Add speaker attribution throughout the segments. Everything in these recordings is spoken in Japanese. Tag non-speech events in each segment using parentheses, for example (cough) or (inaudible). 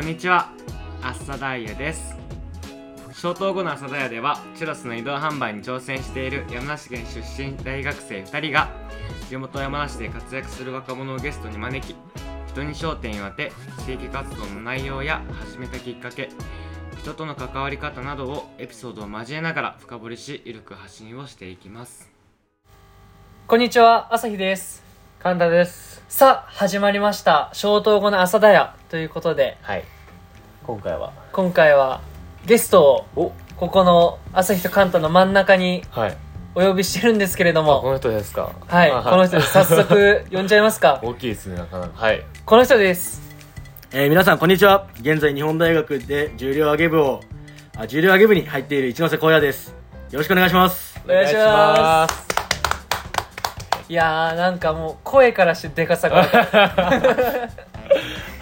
Speaker 1: にちはアッサダイヤです消灯後の朝ダイヤではチュロスの移動販売に挑戦している山梨県出身大学生2人が地元山梨で活躍する若者をゲストに招き人に焦点を当て地域活動の内容や始めたきっかけ人との関わり方などをエピソードを交えながら深掘りしゆるく発信をしていきます
Speaker 2: こんにちは、朝日です。
Speaker 3: 神田です
Speaker 2: さあ、始まりました。消灯後の朝だやということで、
Speaker 3: はい今回は
Speaker 2: 今回はゲストを、
Speaker 3: お
Speaker 2: ここの朝日とカンタの真ん中に
Speaker 3: はい
Speaker 2: お呼びしてるんですけれど
Speaker 3: こ
Speaker 2: も、
Speaker 3: の人ですか
Speaker 2: はい、
Speaker 3: あ
Speaker 2: この人です。早速呼んじゃいます (laughs) か。
Speaker 3: (laughs) 大きいですねなかなかはい
Speaker 2: この人です。
Speaker 4: えー皆さんこんにちは現在日本大学で重量上げ部をあ重量上げ部に入っている一ノ瀬光也ですよろしくお願いします
Speaker 2: お願いします。いやー、なんかもう声からしてでかさがわかる。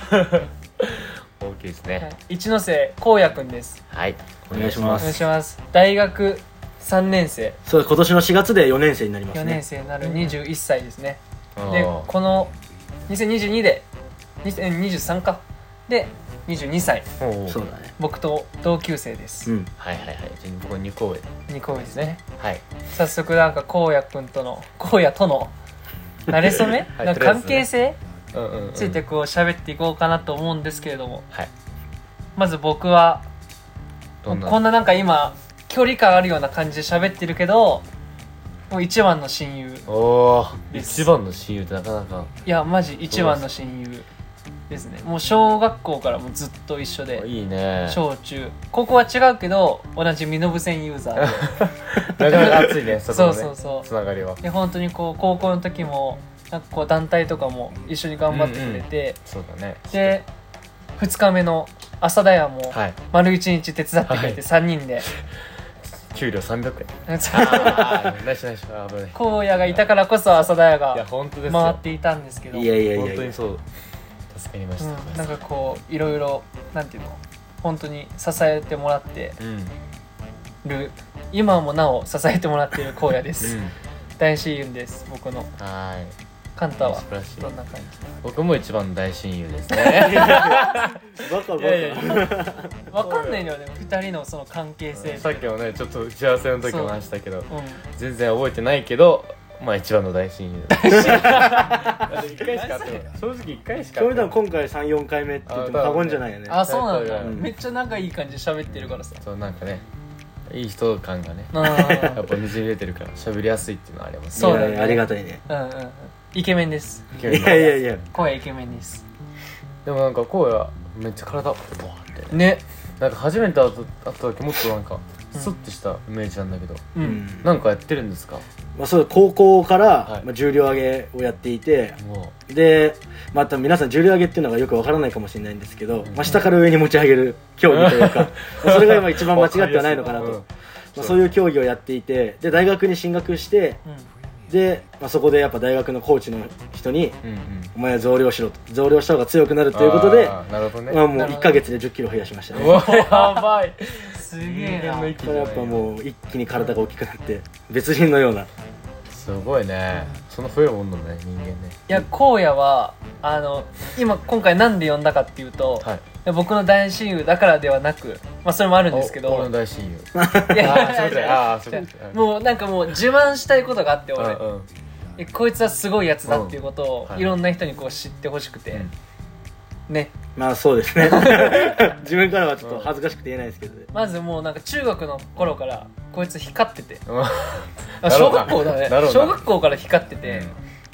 Speaker 3: 大きいですね
Speaker 2: (laughs) 一ノ瀬光也くんです。
Speaker 3: はい
Speaker 4: お願いしま
Speaker 2: お願い
Speaker 4: す
Speaker 2: します。大学3年生、
Speaker 4: そう今年の4月で4年生になります
Speaker 2: 4年
Speaker 4: ね
Speaker 2: 生になる21歳ですね。で
Speaker 3: お
Speaker 2: この2022で2023かで22歳
Speaker 3: ー
Speaker 4: そうだね
Speaker 2: 僕と同級生です、
Speaker 4: うん
Speaker 3: はいはいはいじゃあ僕2校へ
Speaker 2: 二個上ですね
Speaker 3: はい
Speaker 2: 早速なんかこうやくんとのこうやとの慣
Speaker 3: (laughs)
Speaker 2: れ初め、
Speaker 3: い
Speaker 2: なんか関係性
Speaker 3: うんうん、
Speaker 2: ついてこう喋っていこうかなと思うんですけれども、
Speaker 3: はい
Speaker 2: まず僕は
Speaker 3: どんな
Speaker 2: こんななんか今距離感あるような感じで喋ってるけどもう一番の親友
Speaker 3: おー
Speaker 2: です
Speaker 3: 一番の親友ってなかなか
Speaker 2: いやマジ一番の親友ですねもう小学校からもうずっと一緒で
Speaker 3: いいね
Speaker 2: 小中高校は違うけど同じ身延線ユーザー
Speaker 3: な
Speaker 2: で
Speaker 3: かなか熱いねそこ
Speaker 2: そ
Speaker 3: の
Speaker 2: う
Speaker 3: ね
Speaker 2: そうそう
Speaker 3: つながりは
Speaker 2: で本当にこう高校の時もなんかこう団体とかも一緒に頑張ってくれて、
Speaker 3: そうだね
Speaker 2: で2日目の朝だやも
Speaker 3: はい
Speaker 2: 丸1日手伝ってくれ
Speaker 3: は
Speaker 2: て
Speaker 3: い
Speaker 2: 3人で、 (laughs)
Speaker 3: 給料300円あ
Speaker 2: 荒
Speaker 3: ーナイスナイスあー危ない
Speaker 2: 野がいたからこそ朝だや
Speaker 3: いや
Speaker 2: が
Speaker 3: 本当ですよ
Speaker 2: 回っていたんですけど
Speaker 4: いやいやいや
Speaker 3: 本
Speaker 4: い
Speaker 3: 当
Speaker 4: や
Speaker 3: にそう助かりまし
Speaker 2: う
Speaker 3: た、
Speaker 2: ん、なんかこういろいろなんていうの本当に支えてもらって
Speaker 3: うん、うん、
Speaker 2: る今もなお支えてもらっている荒野です、大親友です僕の
Speaker 3: は
Speaker 2: カン
Speaker 3: ーい
Speaker 2: タは
Speaker 3: 素晴らしい
Speaker 2: どんな感じ
Speaker 3: 僕も一番の大親友ですね
Speaker 4: バカバカ
Speaker 2: わかんないのよね2人のその関係性
Speaker 3: さっきもねちょっと打ち合わせの時も話したけど
Speaker 2: う
Speaker 3: 全然覚えてないけどまあ一番の大親友一回しか会ってない正直一回しか
Speaker 4: こ
Speaker 3: 会って
Speaker 4: れ多分今回34回目って言っても
Speaker 3: あ多
Speaker 4: 過
Speaker 3: 分ね
Speaker 4: 言じゃないよね
Speaker 2: んあそうなんだ、
Speaker 3: うん
Speaker 2: めっちゃ仲いい感じで喋ってるからさ
Speaker 3: そうなんかねいい人感がね
Speaker 2: うん
Speaker 3: やっぱにじみ出てるから喋りやすいっていうのはあります
Speaker 2: そうだね
Speaker 4: いやいやありがたいね
Speaker 2: うんうんうんイケメンです
Speaker 4: いやいやいや
Speaker 2: 声イケメンです
Speaker 3: でもなんかこうやめっちゃ体ボワーって
Speaker 2: ね
Speaker 3: なんか初めて会った会った時もっとなんか
Speaker 2: うん
Speaker 3: スッてしたイメージなんだけど、
Speaker 2: う
Speaker 4: うんん
Speaker 3: なんかやってるんですか
Speaker 4: まあ、そう高校から、
Speaker 3: はい
Speaker 4: まあ、重量上げをやっていて
Speaker 3: も
Speaker 4: でまた皆さん重量上げっていうのがよくわからないかもしれないんですけど、
Speaker 3: ん
Speaker 4: まあ、下から上に持ち上げる競技という
Speaker 3: (laughs)
Speaker 4: かまあそれが今一
Speaker 3: う
Speaker 4: 番間違ってはないのかなと、
Speaker 3: うん
Speaker 4: まあ、そういう競技をやっていてで大学に進学してで、まあ、そこでやっぱ大学のコーチの人に
Speaker 3: うんうん
Speaker 4: 「お前は増量しろ」と「増量した方が強くなる」ということで
Speaker 3: あーなるほどね
Speaker 4: まあ、もう1か月で1 0キロ増やしました
Speaker 3: う
Speaker 4: ね
Speaker 3: わ
Speaker 2: やばいすげえ
Speaker 3: 人間の
Speaker 2: な
Speaker 3: 息じゃない
Speaker 4: やっぱもう一気に体が大きくなって別人のような
Speaker 3: すごいねその増えるもんだね人間ね
Speaker 2: いや荒野はあの今今回なんで呼んだかっていうと、
Speaker 3: はい
Speaker 2: 僕の大親友だからではなくまあそれもあるんですけ
Speaker 3: お俺の
Speaker 2: ど
Speaker 3: 大親友
Speaker 2: いやい
Speaker 3: ああ
Speaker 2: や
Speaker 3: そう
Speaker 2: いやい
Speaker 3: だ
Speaker 2: や
Speaker 3: よああそうだよ
Speaker 2: もうなんかもう自慢したいことがあって
Speaker 3: うん
Speaker 2: 俺、
Speaker 3: うんうん
Speaker 2: えこいつはすごいやつだっていうことを
Speaker 3: うんはい
Speaker 2: いろんな人にこう知ってほしくて、ね
Speaker 4: まあそう
Speaker 3: (laughs)
Speaker 4: ですね自分からはちょっと恥ずかしくて言えないですけどね
Speaker 2: まずもうなんか中学の頃からこいつ光ってて
Speaker 3: うん
Speaker 2: あ
Speaker 3: なるほ
Speaker 2: 小
Speaker 3: ど
Speaker 2: 学校だね
Speaker 3: なるほど
Speaker 2: 小学校から光ってて、
Speaker 3: うん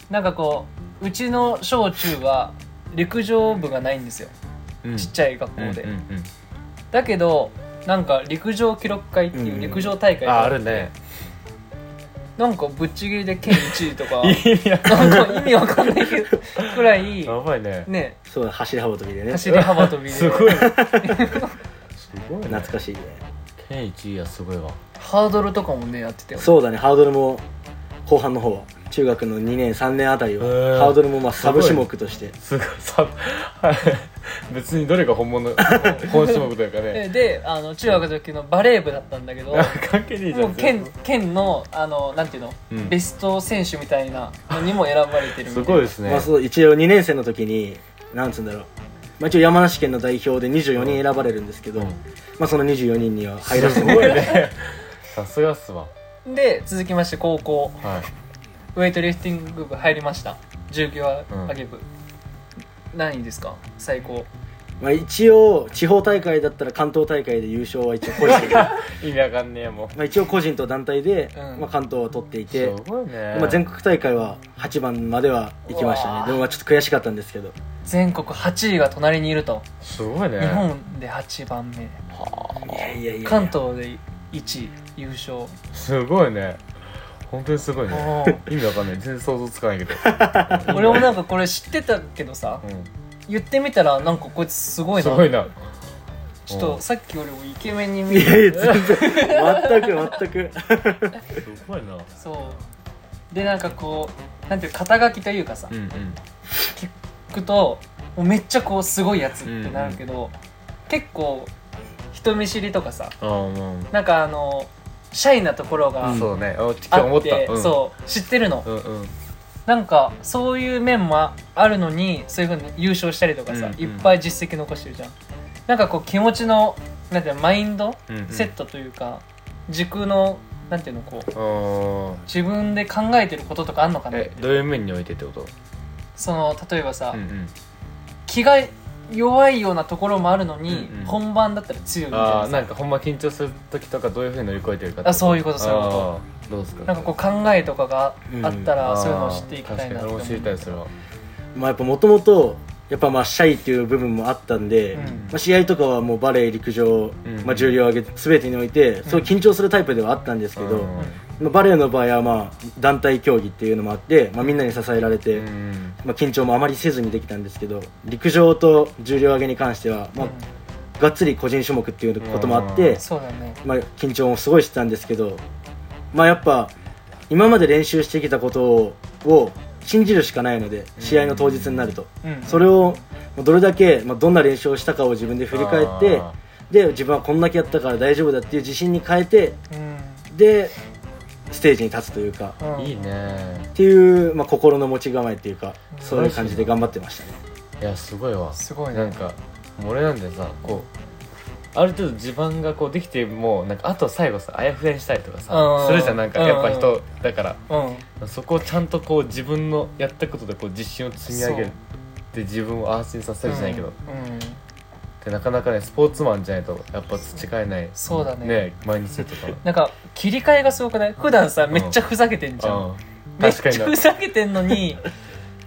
Speaker 2: なんかこううちの小中は陸上部がないんですよ
Speaker 3: うん
Speaker 2: ちっちゃい学校で、
Speaker 3: うんうんうん
Speaker 2: だけどなんか陸上記録会っていう陸上大会
Speaker 3: あ
Speaker 2: が
Speaker 3: あ
Speaker 2: あって
Speaker 3: るね
Speaker 2: なんかぶっちぎりで県1位とか
Speaker 3: (laughs) いや
Speaker 2: なんか意味わかんないけどくら
Speaker 3: (laughs)
Speaker 2: い
Speaker 3: やばいね
Speaker 2: ね
Speaker 4: そうだ走り幅跳びでね
Speaker 2: 走り幅跳びで
Speaker 3: すごいねすごいね
Speaker 4: 懐かしいね
Speaker 3: ケンイチはすごいわ
Speaker 2: ハードルとかもねやってたよ
Speaker 4: そうだねハードルも後半の方中学の2年3年あたりは
Speaker 3: へー
Speaker 4: ハードルもまあサブ種目として
Speaker 3: すごいさ別にどれが本物本種目だよかね
Speaker 2: でであの中学の時のバレー部だったんだけど
Speaker 3: 関係ねえじゃ
Speaker 2: も
Speaker 3: ん
Speaker 2: う県県のあのなんていうの、
Speaker 3: うん
Speaker 2: ベスト選手みたいなのにも選ばれてるみたいな
Speaker 3: すごいですね
Speaker 4: まあ、そう一応2年生の時になんつうんだろうまあ、一応山梨県の代表で24人選ばれるんですけど、
Speaker 3: うん
Speaker 4: まあ、その24人には入らせ
Speaker 3: す
Speaker 4: て
Speaker 3: ごいねさすがっすわ
Speaker 2: で続きまして高校
Speaker 3: はい
Speaker 2: ウェイトリフティング部入りました重業上げ部、何位ですか最高
Speaker 4: まあ、一応地方大会だったら関東大会で優勝は一応個人ま
Speaker 3: 意味わかんねえもん
Speaker 4: あ一応個人と団体で、
Speaker 2: うん
Speaker 4: まあ、関東を取っていて、
Speaker 3: すごいね
Speaker 4: まあ、全国大会は8番までは行きました
Speaker 2: うわ
Speaker 4: ね
Speaker 2: ー
Speaker 4: でもまあちょっと悔しかったんですけど
Speaker 2: 全国8位が隣にいると、
Speaker 3: すごいね
Speaker 2: 日本で8番目
Speaker 4: いやいやいやいや
Speaker 2: 関東で1位優勝
Speaker 3: すごいね本当にすごい
Speaker 2: (laughs)
Speaker 3: ね
Speaker 2: おー
Speaker 3: 意味わかんない全然想像つかないけど
Speaker 2: (laughs) 俺もなんかこれ知ってたけどさ
Speaker 3: うん
Speaker 2: 言ってみたらなんかこいつすごい
Speaker 3: す
Speaker 2: な
Speaker 3: ごいな
Speaker 2: ちょっとさっきよりもイケメンに
Speaker 4: い
Speaker 2: 見え
Speaker 4: や
Speaker 2: る
Speaker 4: いや
Speaker 2: (laughs)
Speaker 4: 全然全く全く
Speaker 3: すごいな
Speaker 2: そうでなんかこうなんていうか肩書きというかさ
Speaker 3: うんうん
Speaker 2: 聞くともうめっちゃこうすごいやつってなるけど、結構人見知りとかさ
Speaker 3: ああうん
Speaker 2: なんかあのシャイなところがあって、
Speaker 3: そうねあ今日思ったうん
Speaker 2: そう知ってるの、
Speaker 3: うんうん
Speaker 2: なんかそういう面もあるのにそういうふうに優勝したりとかさ、
Speaker 3: うんうん
Speaker 2: いっぱい実績残してるじゃんなんかこう気持ちのなんていうのマインド、
Speaker 3: うんうん
Speaker 2: セットというか軸のなんていうのこう
Speaker 3: ああ
Speaker 2: 自分で考えてることとかあんのかな
Speaker 3: えどういう面においてってこと
Speaker 2: その例えばさ、
Speaker 3: うんうん
Speaker 2: 気が弱いようなところもあるのに、
Speaker 3: うんうん
Speaker 2: 本番だったら強いみたい
Speaker 3: あ
Speaker 2: な
Speaker 3: あ
Speaker 2: さ
Speaker 3: なんかほんま緊張する時とかどういうふうに乗り越えてるか
Speaker 2: あそういうことそういうこと
Speaker 3: とどうですか
Speaker 2: なんかこう考えとかがあったら、
Speaker 3: ー
Speaker 2: そういうのを知っていきたい
Speaker 3: 確
Speaker 2: な
Speaker 3: かに俺も知りたいそれは
Speaker 4: まあやっぱもともとやっぱまあシャイっていう部分もあったんで、
Speaker 2: うん
Speaker 4: まあ、試合とかはもうバレー陸上、
Speaker 3: うん
Speaker 4: まあ、重量挙げ全てにおいてすごい緊張するタイプではあったんですけど、
Speaker 3: うん
Speaker 4: まあ、バレーの場合はまあ団体競技っていうのもあって、まあ、みんなに支えられて、
Speaker 3: うん
Speaker 4: まあ、緊張もあまりせずにできたんですけど陸上と重量挙げに関しては、まあ
Speaker 2: うん
Speaker 4: がっつり個人種目っていうこともあって、
Speaker 2: そうだね
Speaker 4: まあ、緊張もすごいしてたんですけど、まあ、やっぱ今まで練習してきたことをを信じるしかないので試合の当日になると、
Speaker 2: うん
Speaker 4: それをまあどれだけ、まあ、どんな練習をしたかを自分で振り返って
Speaker 3: あ
Speaker 4: で自分はこんだけやったから大丈夫だっていう自信に変えて
Speaker 2: うん
Speaker 4: でステージに立つというか
Speaker 2: うん
Speaker 3: ーいいね
Speaker 4: っていう、まあ、心の持ち構えっていうか
Speaker 2: うん
Speaker 4: そういう感じで頑張ってましたね
Speaker 3: いやすごいわ
Speaker 2: すごいね
Speaker 3: なんかもう俺なんでさこうある程度地盤がこうできてもなんかあとは最後さあやふやにしたりとか
Speaker 2: う
Speaker 3: さ
Speaker 2: ん
Speaker 3: するじゃんなんか
Speaker 2: うん
Speaker 3: やっぱ人だから
Speaker 2: うん
Speaker 3: そこをちゃんとこう自分のやったことでこう自信を積み上げる
Speaker 2: そう
Speaker 3: で自分を安心させるじゃないけど、
Speaker 2: うん
Speaker 3: でなかなかねスポーツマンじゃないとやっぱ培えない
Speaker 2: そうだね
Speaker 3: ね毎日とか
Speaker 2: なんか切り替えがすごくない普段さ
Speaker 3: ん
Speaker 2: めっちゃふざけて (laughs) んじゃん、
Speaker 3: うん
Speaker 2: めっ
Speaker 3: 確
Speaker 2: ち
Speaker 3: か
Speaker 2: ゃ
Speaker 3: にな
Speaker 2: ふざけてんのに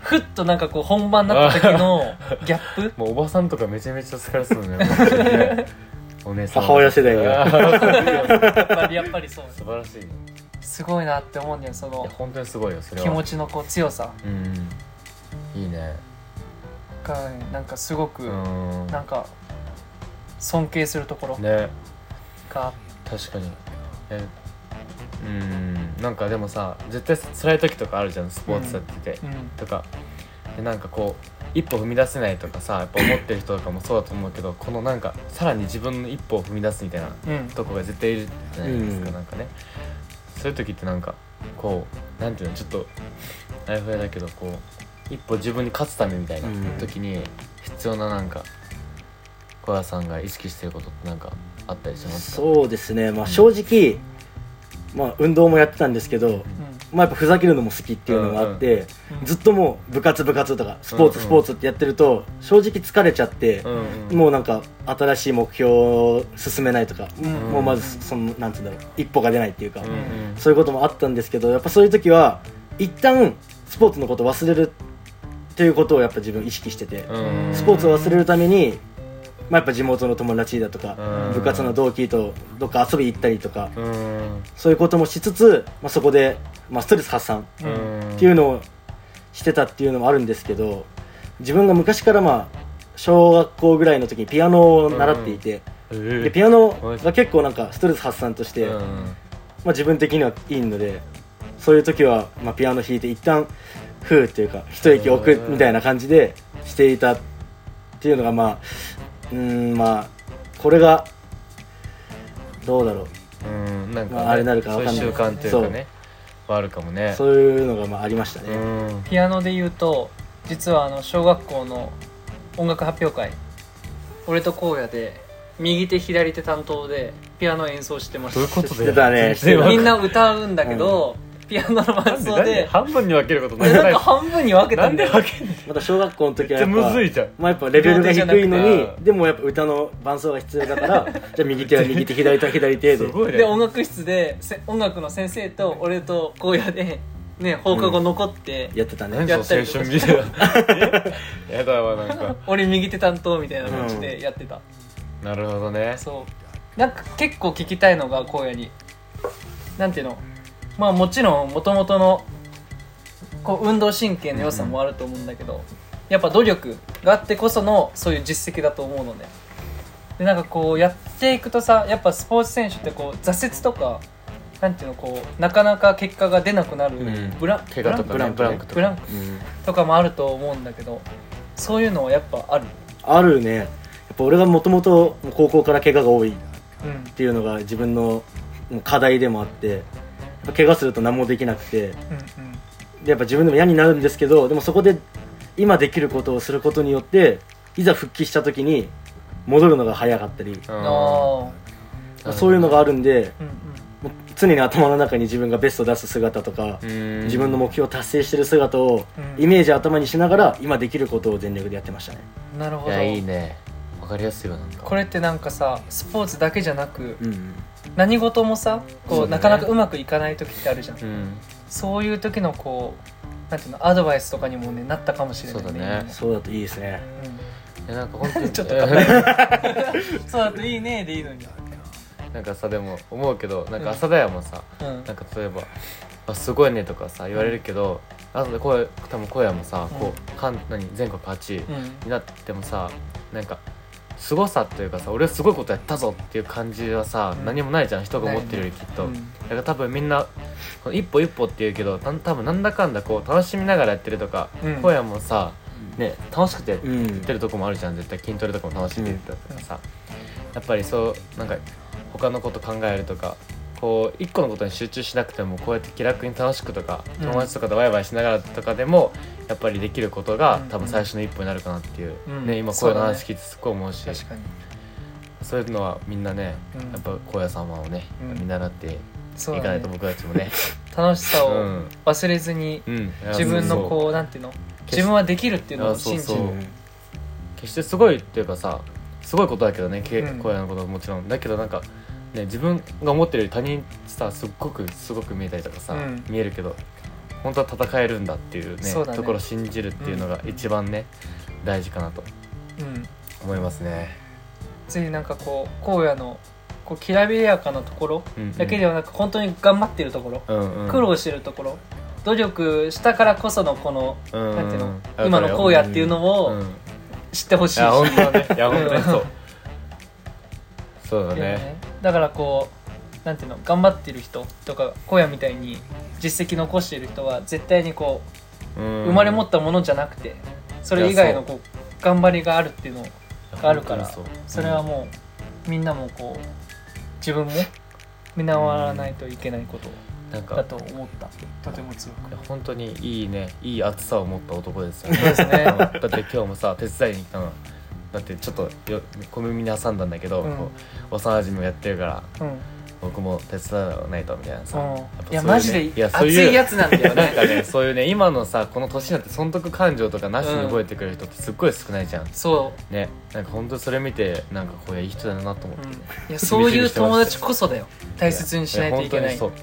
Speaker 2: ふっとなんかこう本番になった時
Speaker 3: (laughs)
Speaker 2: のギャップ
Speaker 3: もうおばさんとかめちゃめちゃ疲れそうだね本当にね
Speaker 2: (laughs)
Speaker 3: お姉さん
Speaker 4: 母親世代が
Speaker 3: あー
Speaker 2: やっぱりやっぱりそう
Speaker 3: (laughs) 素晴らしいね
Speaker 2: すごいなって思うんだよそ
Speaker 3: いや
Speaker 2: の
Speaker 3: 本当にすごいよそれは
Speaker 2: 気持ちのこう強さ
Speaker 3: うんいいね
Speaker 2: がなんかすごく、
Speaker 3: うん
Speaker 2: なんか尊敬するところ
Speaker 3: ね
Speaker 2: が、
Speaker 3: 確かにえうんなんかでもさ絶対辛い時とかあるじゃんスポーツやってて、
Speaker 2: うん
Speaker 3: とかでなんかこう一歩踏み出せないとかさやっぱ思ってる人とかもそうだと思うけどこのなんかさらに自分の一歩を踏み出すみたいな
Speaker 2: うん、
Speaker 3: とこが絶対いるじゃないですか、
Speaker 4: うん
Speaker 3: なんかねそういう時ってなんかこうなんていうのちょっとライフだけどこう一歩自分に勝つためみたいな
Speaker 4: うん
Speaker 3: 時に必要ななんか小屋さんが意識してることってなんかあったりしますか
Speaker 4: そうですね、まあ、正直、まあ、運動もやってたんですけど、まあ、やっぱふざけるのも好きっていうのがあって、
Speaker 2: うん
Speaker 4: ずっともう部活部活とかスポーツ
Speaker 3: うんうん
Speaker 4: スポーツってやってると正直疲れちゃって、
Speaker 3: んん
Speaker 4: もうなんか新しい目標を進めないとか、
Speaker 2: うん
Speaker 4: もうまずそのなんつうんだろう一歩が出ないっていうか、
Speaker 3: うんうん
Speaker 4: そういうこともあったんですけどやっぱそういう時は一旦スポーツのことを忘れるっていうことをやっぱ自分意識してて、
Speaker 3: うん
Speaker 4: スポーツを忘れるために、まあ、やっぱ地元の友達だとか、
Speaker 3: うん
Speaker 4: 部活の同期とどっか遊び行ったりとか、
Speaker 3: うん
Speaker 4: そういうこともしつつ、まあ、そこで、まあ、ストレス発散
Speaker 2: うんうん
Speaker 4: っていうのをしてたっていうのもあるんですけど自分が昔からまあ小学校ぐらいの時にピアノを習っていて、
Speaker 3: うん
Speaker 4: でピアノが結構なんかストレス発散として、ま
Speaker 3: うん
Speaker 4: あ、自分的にはいいのでそういう時はまあピアノ弾いて一旦ふーっていうか一息置くみたいな感じでしていたっていうのがまあうーんまあこれがどうだろ
Speaker 3: うんなんか、
Speaker 4: まああれなるかわかんない
Speaker 3: そういう習慣というかねはあるかもね
Speaker 4: うそういうのがまあありましたね。
Speaker 3: うん
Speaker 2: ピアノで言うと実はあの小学校の音楽発表会俺と荒野で右手左手担当でピアノ演奏してま
Speaker 3: どういう
Speaker 2: し
Speaker 3: (laughs) ことだよ
Speaker 4: してた (laughs) ね
Speaker 3: 全然わか
Speaker 2: たみん
Speaker 3: んな
Speaker 2: な歌うんだけど、ピアノの伴
Speaker 3: んで
Speaker 2: 奏
Speaker 3: なんで
Speaker 2: で
Speaker 3: 半分に分けることな
Speaker 2: で
Speaker 3: く
Speaker 2: な
Speaker 3: なんい
Speaker 2: か半分に分けたんだよ
Speaker 3: なんで分けんの
Speaker 4: また小学校の時
Speaker 3: めっち
Speaker 4: はや
Speaker 3: ゃ
Speaker 4: っぱ
Speaker 3: むずいじゃん
Speaker 4: まあやっぱレベルが低いの
Speaker 3: 両手じゃ
Speaker 4: に
Speaker 3: なくて
Speaker 4: でもやっぱ歌の伴奏が必要だからじゃあ右手は右手左手は左手
Speaker 3: す
Speaker 4: で
Speaker 3: ごいね
Speaker 2: で音楽室でせ音楽の先生と俺と荒野で、ね、放課後残って、
Speaker 4: やってたね
Speaker 3: 何
Speaker 2: や
Speaker 3: そ
Speaker 2: っ
Speaker 3: の
Speaker 2: た
Speaker 3: 青
Speaker 2: りとか
Speaker 3: 春ビデオ (laughs) やだわなんか
Speaker 2: (laughs) 俺右手担当みたいな感じでやってた、
Speaker 3: なるほどね
Speaker 2: そうなんか結構聞きたいのが荒野になんていうのまあもちろんもともとのこう運動神経の良さもあると思うんだけど、やっぱ努力があってこそのそういう実績だと思うのででなんかこうやっていくとさやっぱスポーツ選手ってこう挫折とかなんていうのこうなかなか結果が出なくなる
Speaker 3: ん
Speaker 2: ブラ,、ン
Speaker 3: 怪我と
Speaker 2: ブ
Speaker 3: か
Speaker 2: ラン
Speaker 3: ね
Speaker 4: ブランブランク
Speaker 2: ブランク
Speaker 4: うん
Speaker 2: とかもあると思うんだけどそういうのはやっぱある、
Speaker 4: あるねやっぱ俺がもともと高校から怪我が多いっ
Speaker 2: うん、
Speaker 4: ていうのが自分の課題でもあってやっぱ怪我すると何もできなくて
Speaker 2: うん
Speaker 4: でやっぱ自分でも嫌になるんですけどでもそこで今できることをすることによっていざ復帰した時に戻るのが早かったり、
Speaker 3: う
Speaker 2: うんんあ
Speaker 3: うん
Speaker 4: そういうのがあるんで
Speaker 2: ーうん
Speaker 4: 常に頭の中に自分がベスト出す姿とか、
Speaker 3: うん
Speaker 4: 自分の目標を達成してる姿を
Speaker 2: うん
Speaker 4: イメージ頭にしながら今できることを全力でやってましたね
Speaker 2: うんなるほ
Speaker 3: い
Speaker 2: ど
Speaker 3: やいいねわかりやすいわなんか
Speaker 2: これってなんかさスポーツだけじゃなく
Speaker 4: うん
Speaker 2: 何事もさこ
Speaker 3: そ
Speaker 2: う
Speaker 3: うだね
Speaker 2: なかなかうまくいかない時ってあるじゃん
Speaker 3: うん
Speaker 2: そういう時のこうなんていうのアドバイスとかにもねなったかもしれない
Speaker 3: そうだね
Speaker 4: そうだといいですね
Speaker 2: いいね
Speaker 3: えなんか本当
Speaker 2: う
Speaker 3: に
Speaker 2: ん (laughs) ちょっと
Speaker 3: えー
Speaker 2: 硬いそうだといいねでいいのに
Speaker 3: なんかさでも思うけどなんか浅田屋もさ
Speaker 2: うんうん
Speaker 3: なんか例えば「あすごいね」とかさ言われるけどあとでこう多分小屋もさこうかん何全国8位になってもさなんかすごさというかさ俺はすごいことやったぞっていう感じはさ、
Speaker 2: うん
Speaker 3: 何もないじゃん人が思ってるよりきっと、
Speaker 2: うん
Speaker 3: だから多分みんなこの一歩一歩って言うけどた多分なんだかんだこう楽しみながらやってるとか、
Speaker 2: うん
Speaker 3: 小屋もさ、ね、楽しくてやっ
Speaker 4: うん、
Speaker 3: てるとこもあるじゃん絶対筋トレとかも楽しんでるとかさ、やっぱりそうなんか他のこと考えるとかこう一個のことに集中しなくてもこうやって気楽に楽しくとか
Speaker 2: うん
Speaker 3: 友達とかとワイワイしながらとかでもやっぱりできることが
Speaker 2: うん
Speaker 3: 多分最初の一歩になるかなっていう、
Speaker 2: うん
Speaker 3: ね、今こういう話聞いてすっごい思うし
Speaker 2: 確かに
Speaker 3: そういうのはみんなね、
Speaker 2: うん
Speaker 3: やっぱ荒野様をね、
Speaker 2: うん
Speaker 3: 見習ってい
Speaker 2: そ
Speaker 3: か
Speaker 2: う
Speaker 3: な
Speaker 2: だ
Speaker 3: いと
Speaker 2: ね
Speaker 3: 僕たちもね、
Speaker 2: 楽しさ
Speaker 3: う
Speaker 2: を
Speaker 3: ん
Speaker 2: 忘れずに
Speaker 3: うん、
Speaker 2: 自分の
Speaker 3: う
Speaker 2: こうなんていうの自分はできるっていうのを
Speaker 3: あそう
Speaker 2: 信
Speaker 3: そう
Speaker 2: じる
Speaker 4: うん
Speaker 3: 決してすごいっていうかさすごいことだけどねけ
Speaker 2: うん
Speaker 3: 荒野のことももちろんだけどなんか、ね、自分が思ってるより他人さすっごくすごく見えたりとかさ、
Speaker 2: うん
Speaker 3: 見えるけど本当は戦えるんだっていうね
Speaker 2: そうだね
Speaker 3: ところを信じるっていうのが一番ね、大事かなと
Speaker 2: うん
Speaker 3: 思いますね。
Speaker 2: ぜひなんかこう荒野のこうきらびやかなところ
Speaker 3: うんうん
Speaker 2: だけではなく本当に頑張ってるところ
Speaker 3: うんうん、
Speaker 2: 苦労してるところ努力したからこそのこの
Speaker 3: うん
Speaker 2: なんていうの
Speaker 3: あ
Speaker 2: 今の荒野っていうの
Speaker 3: う
Speaker 2: を
Speaker 3: ん
Speaker 2: 知ってほしい
Speaker 3: い
Speaker 2: し
Speaker 3: や本当ねいや
Speaker 2: う
Speaker 3: 本
Speaker 2: ん
Speaker 3: 当
Speaker 2: (laughs)
Speaker 3: にそうそうだね
Speaker 2: ねだからこうなんていうの頑張ってる人とか荒野みたいに実績残してる人は絶対にこう生
Speaker 3: 生
Speaker 2: まれ持ったものじゃなくてそれ以外のこう頑張りがあるっていうのをがあるからそれはもうみんなもこう自分も見習わないといけないこと
Speaker 3: うなん
Speaker 2: だ
Speaker 3: か
Speaker 2: と思ったとても強く
Speaker 3: いや本当にいいねいい熱さを持った男ですよ
Speaker 2: そうですね
Speaker 3: (laughs) だって今日もさ手伝いに来たのだってちょっとよ小耳に挟んだんだけど、
Speaker 2: うん
Speaker 3: こう幼馴染もやってるから
Speaker 2: うん
Speaker 3: 僕も手伝わないとみたいなさ、
Speaker 2: うん
Speaker 3: ぱそういうね
Speaker 2: いやマジ
Speaker 3: い
Speaker 2: で
Speaker 3: やそう
Speaker 2: 熱
Speaker 3: いう
Speaker 2: いやつなんだよ
Speaker 3: (laughs) なん
Speaker 2: ね
Speaker 3: かねそういうね今のさこの年になって損得感情とかなしに覚えてくれる人ってすっごい少ないじゃん、
Speaker 2: そう
Speaker 3: ねなんか本当それ見てなんかこれいい人だなと思って、ね
Speaker 2: いやそういう友達こそだよ大切にしないといけ
Speaker 3: や本
Speaker 2: ない
Speaker 3: 当にそうっ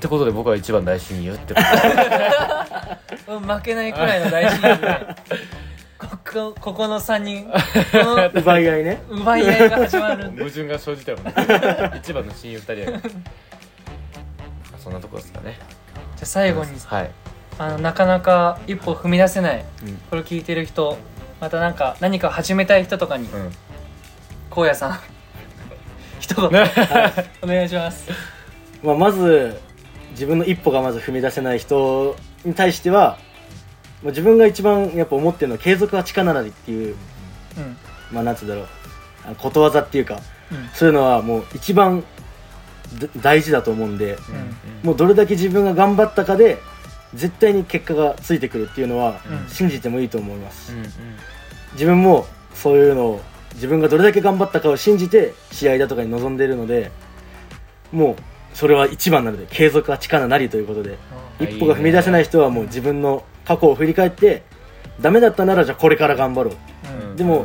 Speaker 3: てことで僕は一番大親友ってこと
Speaker 2: うん負けないくらいの大親友
Speaker 3: (laughs)
Speaker 2: でここここの3人この
Speaker 4: 奪い合いね
Speaker 2: 奪い合いが始まる
Speaker 3: (laughs) 矛盾が生じたよね (laughs) 一番の親友二人やからそんなとこですかね
Speaker 2: じゃあ最後に
Speaker 3: はい
Speaker 2: あのなかなか一歩踏み出せない、
Speaker 4: うん
Speaker 2: これを聞いてる人またなんか何か始めたい人とかに (laughs)
Speaker 3: うん
Speaker 2: 荒野さん (laughs) 一言、お願いします
Speaker 4: まあ、まず自分の一歩がまず踏み出せない人に対しては、まあ、自分が一番やっぱ思ってるのは継続は力なりっていう、
Speaker 2: うん
Speaker 4: まあ、なんつうんだろうあのことわざっていうか
Speaker 2: うん
Speaker 4: そういうのはもう一番だ大事だと思うんで
Speaker 2: うん
Speaker 4: もうどれだけ自分が頑張ったかで絶対に結果がついてくるっていうのは
Speaker 2: うん
Speaker 4: 信じてもいいと思います
Speaker 3: うん
Speaker 4: 自分もそういうのを自分がどれだけ頑張ったかを信じて試合だとかに臨んでいるのでもうそれは一番なので継続は力なりということで
Speaker 1: うん
Speaker 4: 一歩が踏み出せない人はもう自分の過去を振り返ってダメだったならじゃあこれから頑張ろう
Speaker 2: うん
Speaker 4: でも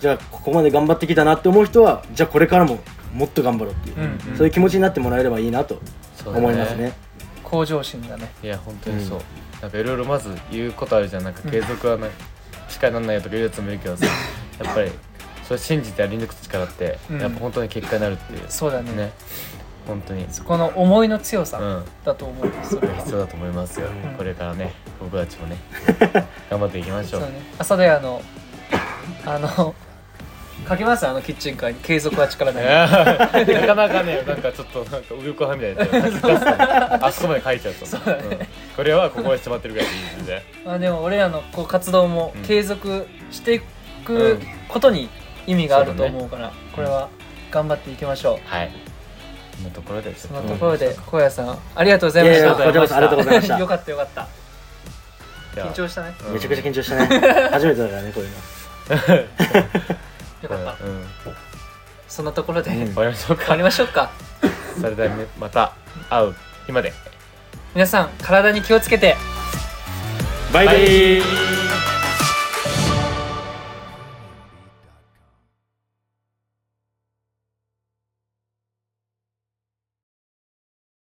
Speaker 4: じゃあここまで頑張ってきたなって思う人はじゃあこれからももっと頑張ろうっていう、
Speaker 2: うん
Speaker 4: そういう気持ちになってもらえればいいなと
Speaker 3: そうだ
Speaker 4: 思いますね
Speaker 2: 向上心だね
Speaker 3: いや本当にそう、なんかいろいろまず言うことあるじゃんなんか継続はな、しかなんないよとか言うやつもいるけどさやっぱりそれ信じてやり抜く力って、
Speaker 2: うん
Speaker 3: やっぱ本当に結果になるっていう
Speaker 2: そうだね
Speaker 3: ね本当に
Speaker 2: この思いの強
Speaker 3: う
Speaker 2: さ
Speaker 3: ん
Speaker 2: だと思うそれは
Speaker 3: 必要だと思いますよ、
Speaker 4: うん
Speaker 3: これからね僕たちもね頑張っていきまし
Speaker 2: そ
Speaker 3: ょ
Speaker 2: う
Speaker 3: う
Speaker 2: ね朝であのあのかけますあのキッチンカーに継続は力
Speaker 3: い
Speaker 2: なり
Speaker 3: やーなかなかねなんかちょっとなんか右翼派みたいなやつ出すとあそこまで書いちゃうと
Speaker 2: そうだね
Speaker 3: んこれはここにしまってるぐらいでいいんで
Speaker 2: まあでも俺らのこう活動も
Speaker 3: うん
Speaker 2: 継続してい
Speaker 3: うん
Speaker 2: くことに意味がある
Speaker 3: そう
Speaker 2: と
Speaker 3: だね
Speaker 2: 思うから、これは頑張っていきましょう
Speaker 3: はいそんなところでちょ
Speaker 2: そ
Speaker 3: っ
Speaker 2: の
Speaker 3: と
Speaker 2: ところで小屋さんありがとうござい
Speaker 4: い
Speaker 2: ま
Speaker 4: や
Speaker 2: し
Speaker 4: い
Speaker 2: た
Speaker 4: やこちらこそありがとうございました
Speaker 2: よかったよかった
Speaker 3: じゃあ
Speaker 2: 緊張したね
Speaker 3: うん
Speaker 4: めちゃくちゃ緊張したね初めてだからねこういうの
Speaker 2: よかった
Speaker 3: うん
Speaker 2: そんなところで、
Speaker 4: うん
Speaker 2: 終
Speaker 3: 終わりましょう
Speaker 2: わ
Speaker 3: か
Speaker 2: りましょうか
Speaker 3: それではまた会う日まで
Speaker 2: 皆さん体に気をつけて
Speaker 4: バイバイ
Speaker 3: イ